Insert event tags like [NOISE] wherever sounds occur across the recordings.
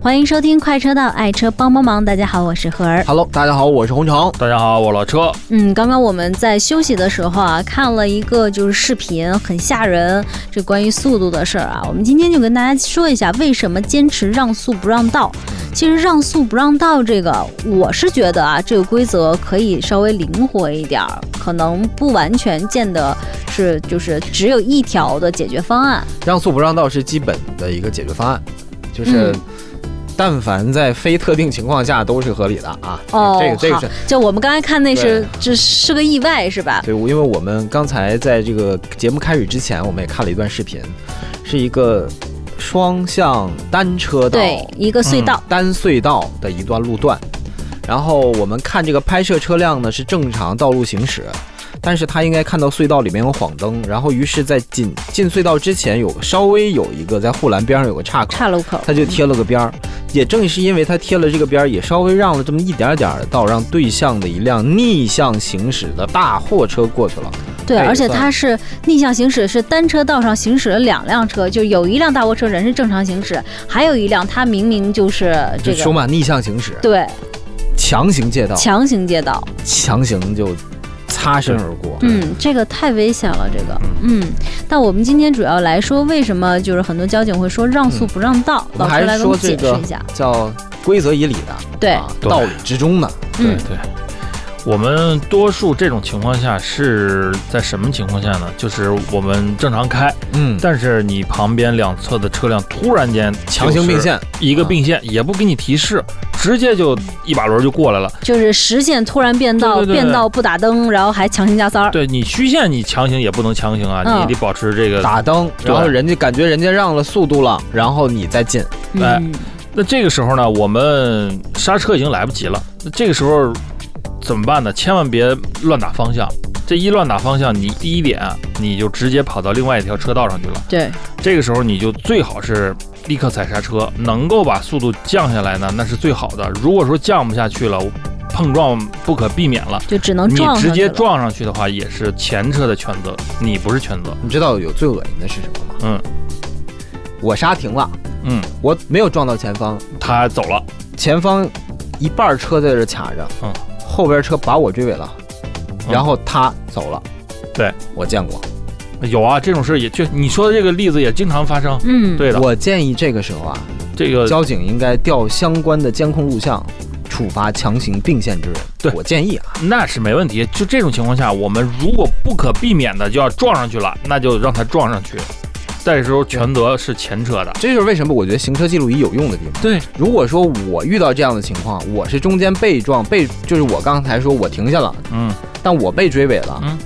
欢迎收听快车道爱车帮帮忙，大家好，我是何儿。 Hello，大家好，我是红城。大家好，我老车。嗯，刚刚我们在休息的时候啊，看了一个就是视频，很吓人，这关于速度的事儿啊。我们今天就跟大家说一下，为什么坚持让速不让道。其实让速不让道这个，我是觉得啊，这个规则可以稍微灵活一点儿，可能不完全见得是就是只有一条的解决方案。让速不让道是基本的一个解决方案，就是嗯但凡在非特定情况下都是合理的啊。哦，这个这个好是，就我们刚才看那是这是个意外是吧？对，我因为我们刚才在这个节目开始之前，我们也看了一段视频，是一个双向单车道、对，一个嗯隧道。单隧道的一段路段。然后我们看这个拍摄车辆呢是正常道路行驶，但是他应该看到隧道里面有晃灯，然后于是在进进隧道之前有稍微有一个在护栏边上有个岔口，岔路口，他就贴了个边儿。也正是因为他贴了这个边儿，也稍微让了这么一点点儿的道，让对向的一辆逆向行驶的大货车过去了。对，哎而且算它是逆向行驶，是单车道上行驶了两辆车，就有一辆大货车人是正常行驶，还有一辆它明明就是这就说个嘛，逆向行驶，对强行借道，强行借道，强行就擦身而过。嗯，这个太危险了，这个，嗯，但我们今天主要来说为什么就是很多交警会说让速不让道，我老们还师来是给我说们解这释个一下，叫规则以理的，对啊对道理之中的。对嗯对，我们多数这种情况下是在什么情况下呢？就是我们正常开，嗯，但是你旁边两侧的车辆突然间强行并，线，一个并线也不给你提示，直接就一把轮就过来了。就是实线突然变道，对对对变道不打灯，然后还强行加塞儿，对你虚线，你强行也不能强行啊，嗯你得保持这个。打灯，对然后人家感觉人家让了速度了，然后你再进。哎嗯，那这个时候呢，我们刹车已经来不及了。那这个时候怎么办呢？千万别乱打方向。这一乱打方向，你第一点啊你就直接跑到另外一条车道上去了。对，这个时候你就最好是立刻踩刹车，能够把速度降下来呢，那是最好的。如果说降不下去了，碰撞不可避免了，就只能你撞上直接去了，撞上去的话，也是前车的全责，你不是全责。你知道有最恶心的是什么吗？嗯，我刹停了，嗯，我没有撞到前方，他走了，前方一半车在这卡着，嗯，后边车把我追尾了，嗯然后他走了。对，我见过。有啊，这种事也就你说的这个例子也经常发生。嗯，对的，我建议这个时候啊，这个交警应该调相关的监控录像，处罚强行并线之人。对我建议啊，那是没问题。就这种情况下，我们如果不可避免的就要撞上去了，那就让他撞上去。这时候全责是前车的。这就是为什么我觉得行车记录仪有用的地方。对，如果说我遇到这样的情况，我是中间被撞，被就是我刚才说我停下了，嗯，但我被追尾了。嗯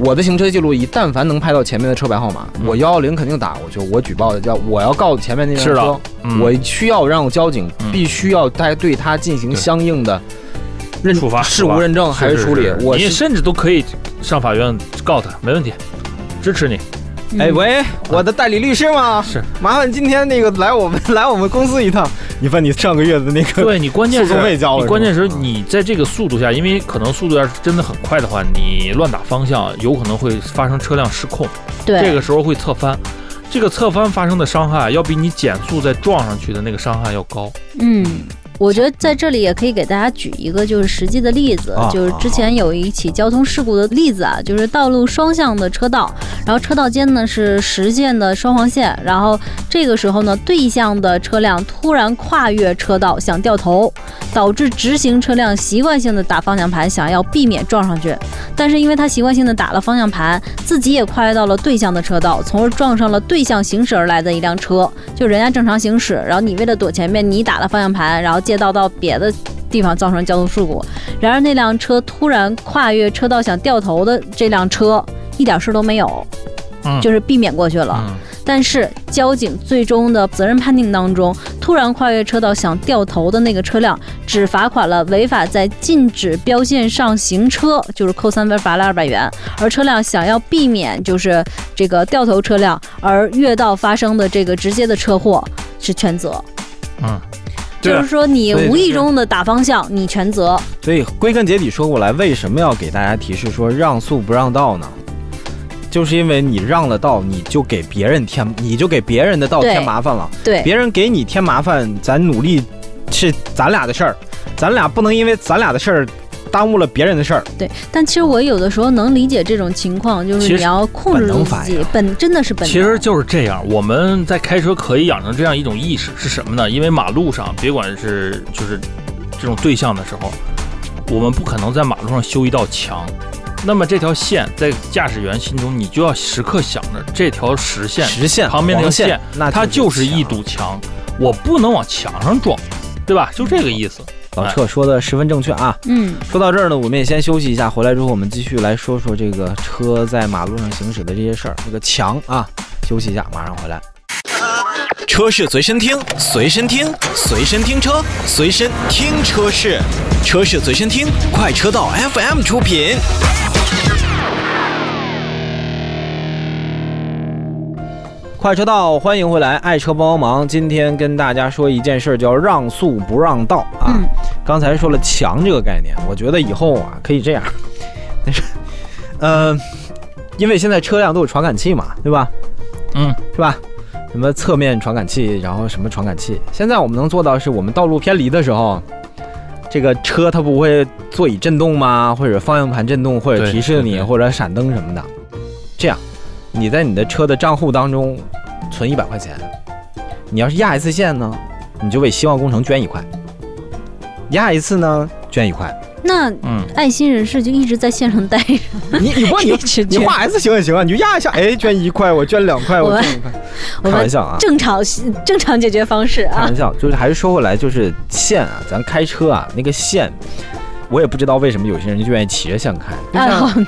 我的行车记录仪，但凡能拍到前面的车牌号码，嗯我幺幺零肯定打过去，我举报的叫我要告诉前面那辆是的车，嗯我需要让交警嗯必须要他对他进行相应的认处罚事处无罚认证还是处理。我你是甚至都可以上法院告他，没问题，支持你。嗯哎喂，我的代理律师吗？啊是，麻烦今天那个来我们 [LAUGHS] 来我们公司一趟，你把你上个月的那个对你关键诉讼是，费交了你是吧，关键是嗯你在这个速度下，因为可能速度要是真的很快的话，你乱打方向，有可能会发生车辆失控，对，这个时候会侧翻。这个侧翻发生的伤害要比你减速再撞上去的那个伤害要高。嗯，我觉得在这里也可以给大家举一个就是实际的例子，啊就是之前有一起交通事故的例子啊，就是道路双向的车道，然后车道间呢是实线的双黄线，然后这个时候呢对向的车辆突然跨越车道想掉头，导致直行车辆习惯性的打方向盘，想要避免撞上去，但是因为他习惯性的打了方向盘，自己也跨越到了对向的车道，从而撞上了对向行驶而来的一辆车。就人家正常行驶，然后你为了躲前面，你打了方向盘，然后借道到别的地方造成交通事故。然而那辆车突然跨越车道想掉头的这辆车，一点事儿都没有，嗯就是避免过去了。嗯，但是交警最终的责任判定当中，突然跨越车道想掉头的那个车辆，只罚款了违法在禁止标线上行车，就是扣三分，罚了二百元。而车辆想要避免就是这个掉头车辆而越道发生的这个直接的车祸是全责。嗯，对就是说你所以无意中的打方向，你全责。所以归根结底说过来，为什么要给大家提示说让速不让道呢？就是因为你让了道，你就给别人添，你就给别人的道对添麻烦了。对，别人给你添麻烦，咱努力是咱俩的事儿，咱俩不能因为咱俩的事儿耽误了别人的事儿。对，但其实我有的时候能理解这种情况，就其是实你要控制本住能自反己应，本真的是本能。啊其实就是这样，我们在开车可以养成这样一种意识是什么呢？因为马路上，别管是就是这种对象的时候，我们不可能在马路上修一道墙。那么这条线在驾驶员心中，你就要时刻想着这条实线，实线旁边那黄条线线，那它就就是一堵。堵墙，我不能往墙上撞，对吧？就这个意思。老撤说的十分正确啊。嗯，说到这儿呢，我们也先休息一下，回来之后我们继续来说说这个车在马路上行驶的这些事儿。这个墙啊，休息一下，马上回来。车是随身听，随身听，随身听车，随身听车是，车是随身听，快车道 FM 出品。快车道，欢迎回来，爱车帮帮忙。今天跟大家说一件事儿，叫让速不让道啊。嗯刚才说了墙这个概念，我觉得以后啊可以 [LAUGHS] 这样，但是，嗯，因为现在车辆都有传感器嘛，对吧？嗯，是吧？什么侧面传感器，然后什么传感器？现在我们能做到是我们道路偏离的时候，这个车它不会座椅震动吗？或者方向盘震动，或者对提示你，对或者闪灯什么的。这样，你在你的车的账户当中存一百块钱，你要是压一次线呢，你就为希望工程捐一块；压一次呢，捐一块。那嗯，爱心人士就一直在线上待着。你你不你 [LAUGHS] 一直你捐画 S 型也行啊，你就压一下，哎，捐一块，我捐两块，我我们捐一块。我开玩们笑啊，正常正常解决方式开啊玩，笑，就是还是说回来，就是线啊，咱开车啊，那个线，我也不知道为什么有些人就愿意骑着线开，就爱啊好像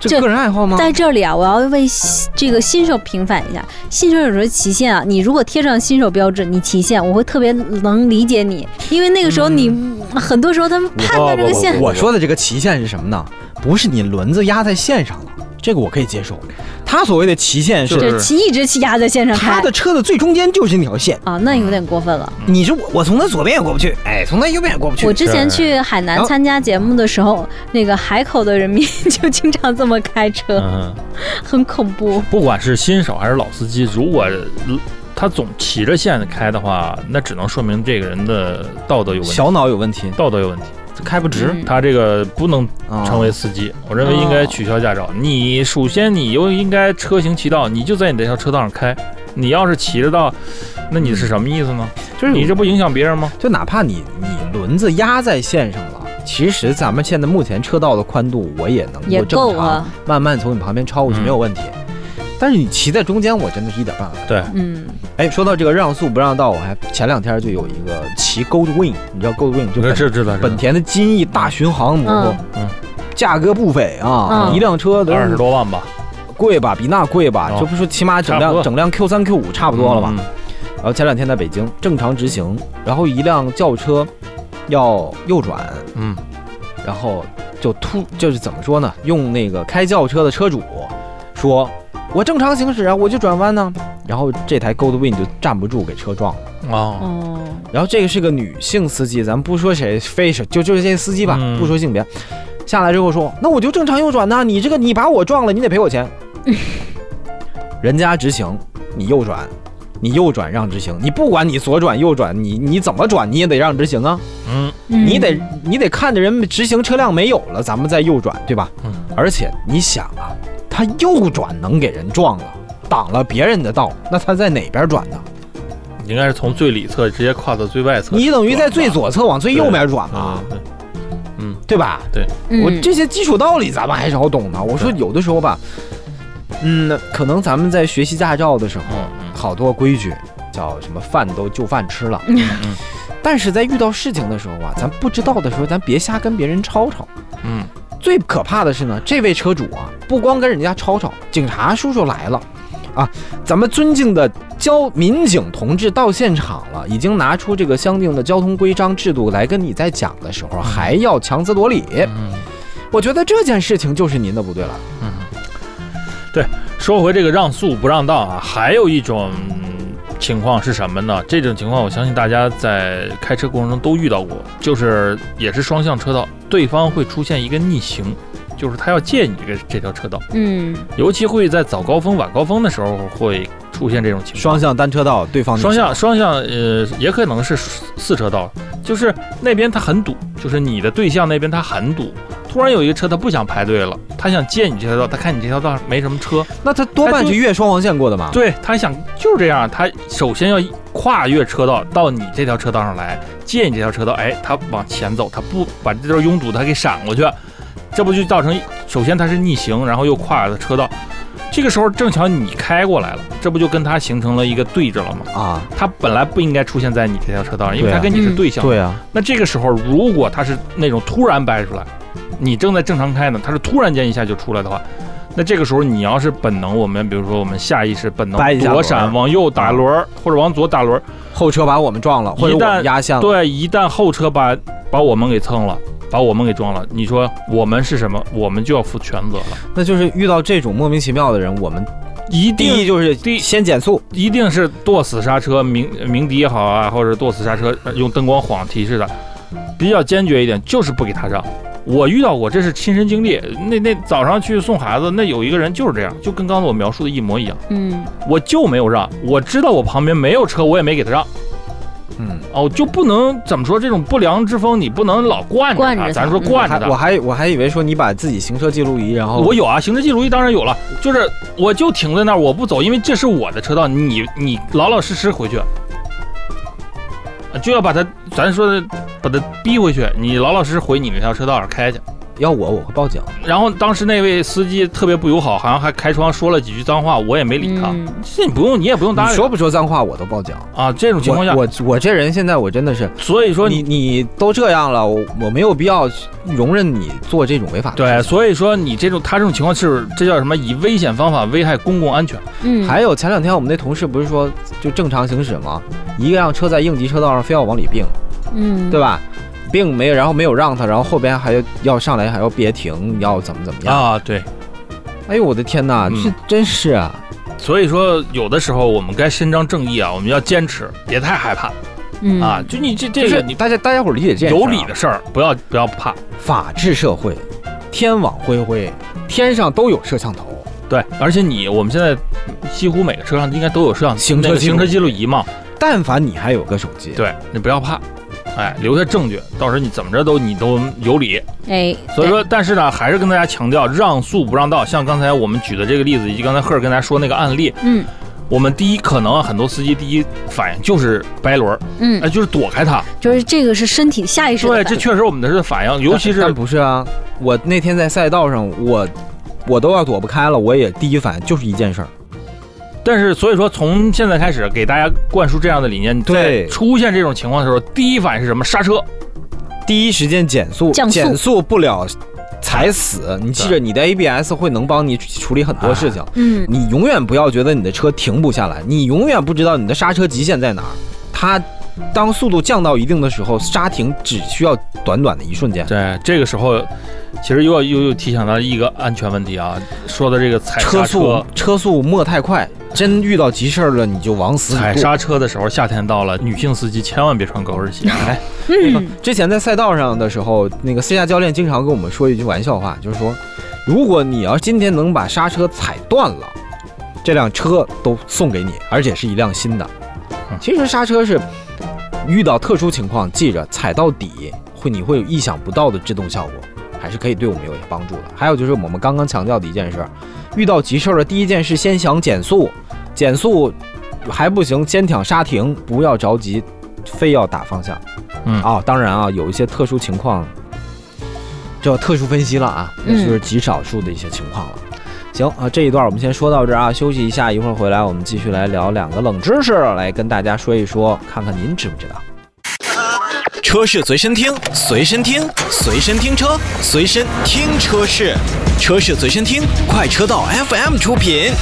这这个人爱好吗？在这里啊，我要为新这个新手平反一下。新手有时候骑线啊，你如果贴上新手标志，你骑线，我会特别能理解你，因为那个时候你、很多时候他们判断这个线，我说的这个骑线是什么呢？不是你轮子压在线上了，这个我可以接受。他所谓的骑线，就是就是骑一直骑压在线上他开的车的最中间就是那条线，啊，那有点过分了。你就我我从他左边也过不去，哎，从他右边也过不去。我之前去海南然后参加节目的时候，那个海口的人民 [LAUGHS] 就经常这么开车，嗯，很恐怖。不管是新手还是老司机，如果呃他总骑着线开的话，那只能说明这个人的道德有问题，小脑有问题，道德有问题。开不直，嗯他这个不能啊成为司机，我认为应该取消驾哦照。你首先你又应该车行其道，你就在你这条车道上开。你要是骑着道，那你是什么意思呢？就是你这不影响别人吗？就哪怕你你轮子压在线上了，其实咱们现在目前车道的宽度，我也能也够够正常啊，慢慢从你旁边超过去，嗯没有问题。但是你骑在中间，我真的是一点办法。对，嗯，哎，说到这个让速不让道，我还前两天就有一个骑 Goldwing，你知道 Goldwing 就本这知道本田的金翼大巡航摩托，嗯嗯价格不菲啊，嗯一辆车都二十多万吧，贵吧，比那贵吧，哦这不是起码整差不辆多整辆 Q 三 Q 五差差不多了吧？然后前两天在北京正常直行，然后一辆轿车要右转，嗯，然后就突就是怎么说呢？用那个开轿车的车主说：“我正常行驶啊，我就转弯呢、然后这台 Goldwing 就站不住，给车撞了。嗯哦，哦，然后这个是个女性司机，咱们不说谁非是就就是这司机吧，嗯不说性别。下来之后说：“那我就正常右转呐、你这个你把我撞了，你得赔我 [LAUGHS] 钱。人家直行，你右转，你右转让直行，你不管你左转右转，你你怎么转你也得让直行啊。嗯嗯你得你得看着人直行车辆没有了，咱们再右转，对吧？嗯而且你想啊，他右转能给人撞了，挡了别人的道，那他在哪边转呢？应该是从最里侧直接跨到最外侧，你等于在最左侧往最右边转嘛啊啊，，对对对吧？嗯我这些基础道理咱们还是要懂的。我说对有的时候吧，嗯，可能咱们在学习驾照的时候，嗯嗯好多规矩叫什么饭都就饭吃了，嗯但是在遇到事情的时候啊，咱不知道的时候，咱别瞎跟别人吵吵。嗯最可怕的是呢，这位车主啊，不光跟人家吵吵，警察叔叔来了，啊，咱们尊敬的交民警同志到现场了，已经拿出这个相应的交通规章制度来跟你在讲的时候，还要强词夺理，嗯我觉得这件事情就是您的不对了。嗯，对，说回这个让速不让道啊，还有一种嗯情况是什么呢？这种情况我相信大家在开车过程中都遇到过，就是也是双向车道，对方会出现一个逆行，就是他要借你这个这条车道，嗯，尤其会在早高峰、晚高峰的时候会出现这种情况。双向单车道，对方双向双向呃，也可能是四车道，就是那边它很堵，就是你的对象那边它很堵。突然有一个车，他不想排队了，他想借你这条道，他看你这条道没什么车，那他多半是越双黄线过的嘛？对他想就是这样，他首先要跨越车道到你这条车道上来，借你这条车道，哎，他往前走，他不把这段拥堵他给闪过去，这不就造成首先他是逆行，然后又跨越了车道，这个时候正巧你开过来了，这不就跟他形成了一个对着了吗？啊，他本来不应该出现在你这条车道上，因为对啊他跟你是对象。对啊，那这个时候，如果他是那种突然掰出来，你正在正常开呢，他是突然间一下就出来的话，那这个时候你要是本能，我们比如说我们下意识本能掰一下轮躲儿啊闪，往右打轮儿或者往左打轮儿，后车把我们撞了，或者一我旦们压线了，对，一旦后车把把我们给蹭了。把我们给撞了，你说我们是什么？我们就要负全责了，那就是遇到这种莫名其妙的人，我们一第定一就是第一先减速，一定是剁死刹车，鸣鸣笛也好啊，或者剁死刹车呃用灯光晃提示的，比较坚决一点，就是不给他让。我遇到过，这是亲身经历。那那早上去送孩子，那有一个人就是这样，就跟刚才我描述的一模一样，嗯，我就没有让，我知道我旁边没有车，我也没给他让。嗯，哦，就不能怎么说这种不良之风，你不能老惯着惯他，着他咱说嗯惯着还他。我还我还以为说你把自己行车记录仪，然后我有啊，行车记录仪当然有了，就是我就停在那儿，我不走，因为这是我的车道，你你老老实实回去，呃就要把他，咱说的把他逼回去，你老老实实回你那条车道上开去。要我我会报警，然后当时那位司机特别不友好，好像还开窗说了几句脏话，我也没理他。嗯这你不用，你也不用你搭理说不说脏话我都报警。啊。这种情我况下，我我这人现在我真的是所以说你你都这样了，我我没有必要容忍你做这种违法的对，事情。所以说你这种他这种情况是这叫什么？以危险方法危害公共安全。嗯，还有前两天我们那同事不是说就正常行驶吗？一个让车在应急车道上非要往里并，嗯，对吧？并没有，然后没有让他，然后后边还要要上来还要别停，要怎么怎么样？啊，对，哎呦我的天哪，嗯这真是啊！所以说，有的时候我们该伸张正义啊，我们要坚持，别太害怕嗯啊。就你这这就个是你大家大家伙儿理解这件事儿啊有理的事儿，不要不要怕。法治社会，天网恢恢，天上都有摄像头。对，而且你我们现在几乎每个车上应该都有摄像行车那个记录行车记录仪嘛。但凡你还有个手机，对你不要怕，哎，留下证据，到时候你怎么着都你都有理。哎，所以说，但是呢，还是跟大家强调，让速不让道。像刚才我们举的这个例子，以及刚才赫尔跟大家说那个案例，对，嗯我们第一可能啊很多司机第一反应就是掰轮儿，哎，嗯，就是躲开他。就是这个是身体下意识的对，反应，这确实我们的是反应，尤其是但但不是啊，我那天在赛道上，我我都要躲不开了，我也第一反应就是一件事儿，但是，所以说从现在开始给大家灌输这样的理念，对在出现这种情况的时候，第一反应是什么？刹车。第一时间减速，降速减速不了踩死。你记着，你的 ABS 会能帮你处理很多事情。嗯你永远不要觉得你的车停不下来，你永远不知道你的刹车极限在哪儿。它当速度降到一定的时候，刹停只需要短短的一瞬间。对，这个时候其实又要又又提醒到一个安全问题啊，说的这个踩刹车速车。车速莫太快，真遇到急事儿了你就往死里踩跺刹车的时候，夏天到了，女性司机千万别穿高跟鞋。哎，嗯之前在赛道上的时候，那个私下教练经常跟我们说一句玩笑话，就是说，如果你要今天能把刹车踩断了，这辆车都送给你，而且是一辆新的嗯。其实刹车是遇到特殊情况，记着踩到底会你会有意想不到的制动效果，还是可以对我们有些帮助的。还有就是我们刚刚强调的一件事儿，遇到急事儿的第一件事先想减速，减速还不行，先挑刹停，不要着急，非要打方向。嗯啊、当然啊，有一些特殊情况，这要特殊分析了啊，那嗯是极少数的一些情况了。行啊，这一段我们先说到这儿啊，休息一下，一会儿回来我们继续来聊两个冷知识，来跟大家说一说，看看您知不知道。车是随身听，随身听，随身听车，随身听车是，车是随身听，快车道 FM 出品。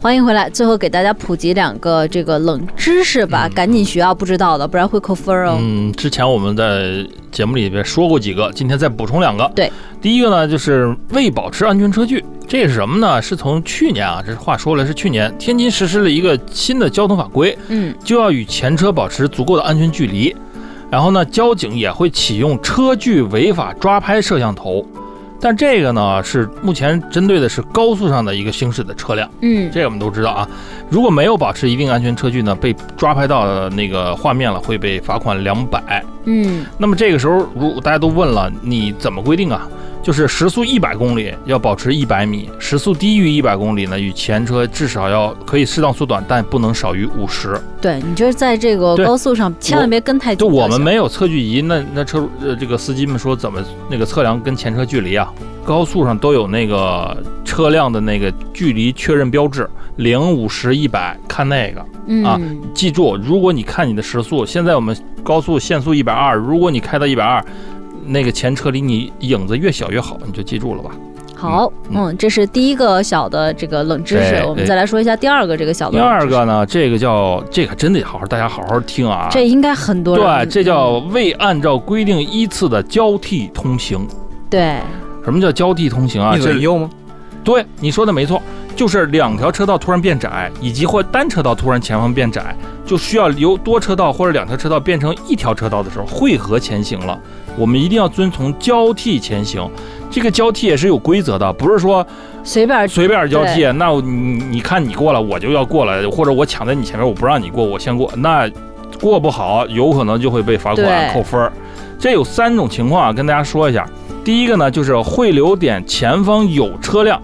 欢迎回来，最后给大家普及两个这个冷知识吧，赶紧学啊，不知道的，不然会扣分哦。嗯，之前我们在节目里边说过几个，今天再补充两个。对，第一个呢就是为保持安全车距，这是什么呢？是从去年啊，这话说来是去年，天津实施了一个新的交通法规，嗯就要与前车保持足够的安全距离。然后呢，交警也会启用车距违法抓拍摄像头，但这个呢是目前针对的是高速上的一个行驶的车辆。嗯这个我们都知道啊，如果没有保持一定安全车距呢，被抓拍到的那个画面了，会被罚款两百。嗯那么这个时候，如大家都问了，你怎么规定啊？就是时速一百公里要保持一百米，时速低于一百公里呢，与前车至少要可以适当缩短，但不能少于五十。对，你就是在这个对高速上千万别跟太就近行。我们没有测距仪，那那车呃这个司机们说怎么那个测量跟前车距离啊？高速上都有那个车辆的那个距离确认标志，零、五十、一百，看那个。啊嗯记住，如果你看你的时速，现在我们高速限速一百二，如果你开到一百二，那个前车离你影子越小越好，你就记住了吧。好，嗯嗯，这是第一个小的这个冷知识对，我们对再来说一下第二个这个小的第冷知识。二个呢，这个叫这个真得好好大家好好听啊。这应该很多人对，这叫嗯未按照规定依次的交替通行。对，什么叫交替通行啊？一左这一右吗？对你说的没错，就是两条车道突然变窄，以及或单车道突然前方变窄，就需要由多车道或者两条车道变成一条车道的时候汇合前行了。我们一定要遵从交替前行，这个交替也是有规则的，不是说随便随便交替。那我你你看你过了，我就要过了，或者我抢在你前面，我不让你过，我先过，那过不好有可能就会被罚款对扣分儿。这有三种情况啊，跟大家说一下。第一个呢，就是汇流点前方有车辆，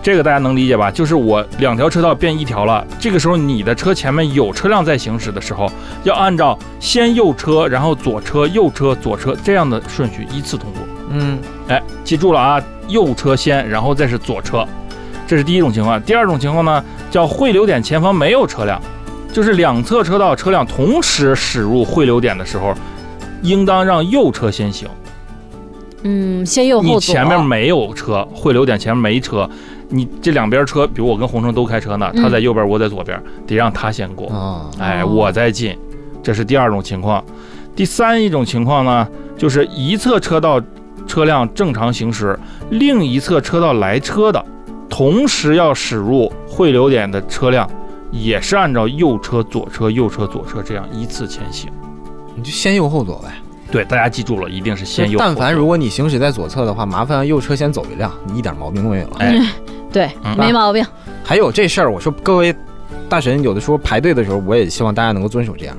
这个大家能理解吧？就是我两条车道变一条了，这个时候你的车前面有车辆在行驶的时候，要按照先右车，然后左车、右车、左车这样的顺序依次通过。嗯，哎，记住了啊，右车先，然后再是左车，这是第一种情况。第二种情况呢，叫汇流点前方没有车辆，就是两侧车道车辆同时驶入汇流点的时候，应当让右车先行。嗯，先右你后左。前面没有车，汇流点前面没车，你这两边车，比如我跟红城都开车呢，嗯他在右边，我在左边，得让他先过。啊，哎，哦我在进，这是第二种情况。第三一种情况呢，就是一侧车道车辆正常行驶，另一侧车道来车的，同时要驶入汇流点的车辆，也是按照右车、左车、右车、左车这样依次前行。你就先右后左呗。对，大家记住了，一定是先右后左。但凡如果你行驶在左侧的话，麻烦右车先走一辆，你一点毛病都没有。哎，对，嗯没毛病。还有这事儿，我说各位大神，有的时候排队的时候，我也希望大家能够遵守这样。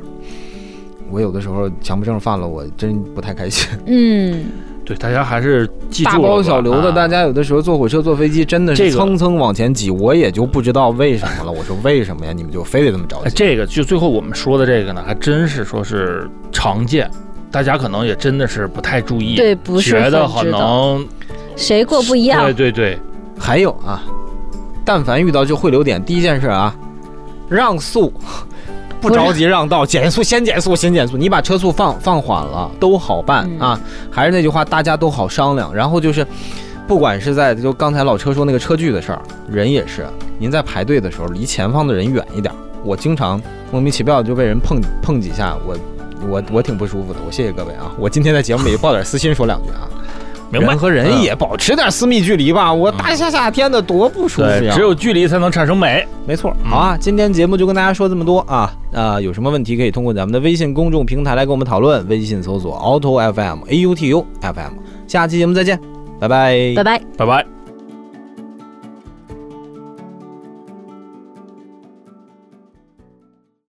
我有的时候强迫症犯了，我真不太开 [LAUGHS] 心。嗯，对大家还是记住大了吧。包小流的，啊大家有的时候坐火车、坐飞机真的是这个蹭蹭往前挤，我也就不知道为什么了。我说为什么呀？你们就非得这么着哎，急？这个就最后我们说的这个呢，还真是说是常见，大家可能也真的是不太注意，对，不是觉得很知可道，能谁过不一样对。对对，还有啊，但凡遇到就会留点，第一件事啊，让速，不着急让道，减速先减速先减速，你把车速放放缓了都好办嗯啊。还是那句话，大家都好商量。然后就是，不管是在就刚才老车说那个车距的事儿，人也是，您在排队的时候离前方的人远一点。我经常莫名其妙就被人碰碰几下，我我我挺不舒服的。我谢谢各位啊，我今天在节目里抱点私心说两句啊。明白人。和嗯人也保持点私密距离吧。我大夏夏天的多不舒服对，呀！只有嗯距离才能产生美。没错。好啊，今天节目就跟大家说这么多啊。呃，有什么问题可以通过咱们的微信公众平台来跟我们讨论，微信搜索 auto FM A U T U F M。下期节目再见，拜拜拜拜。拜拜。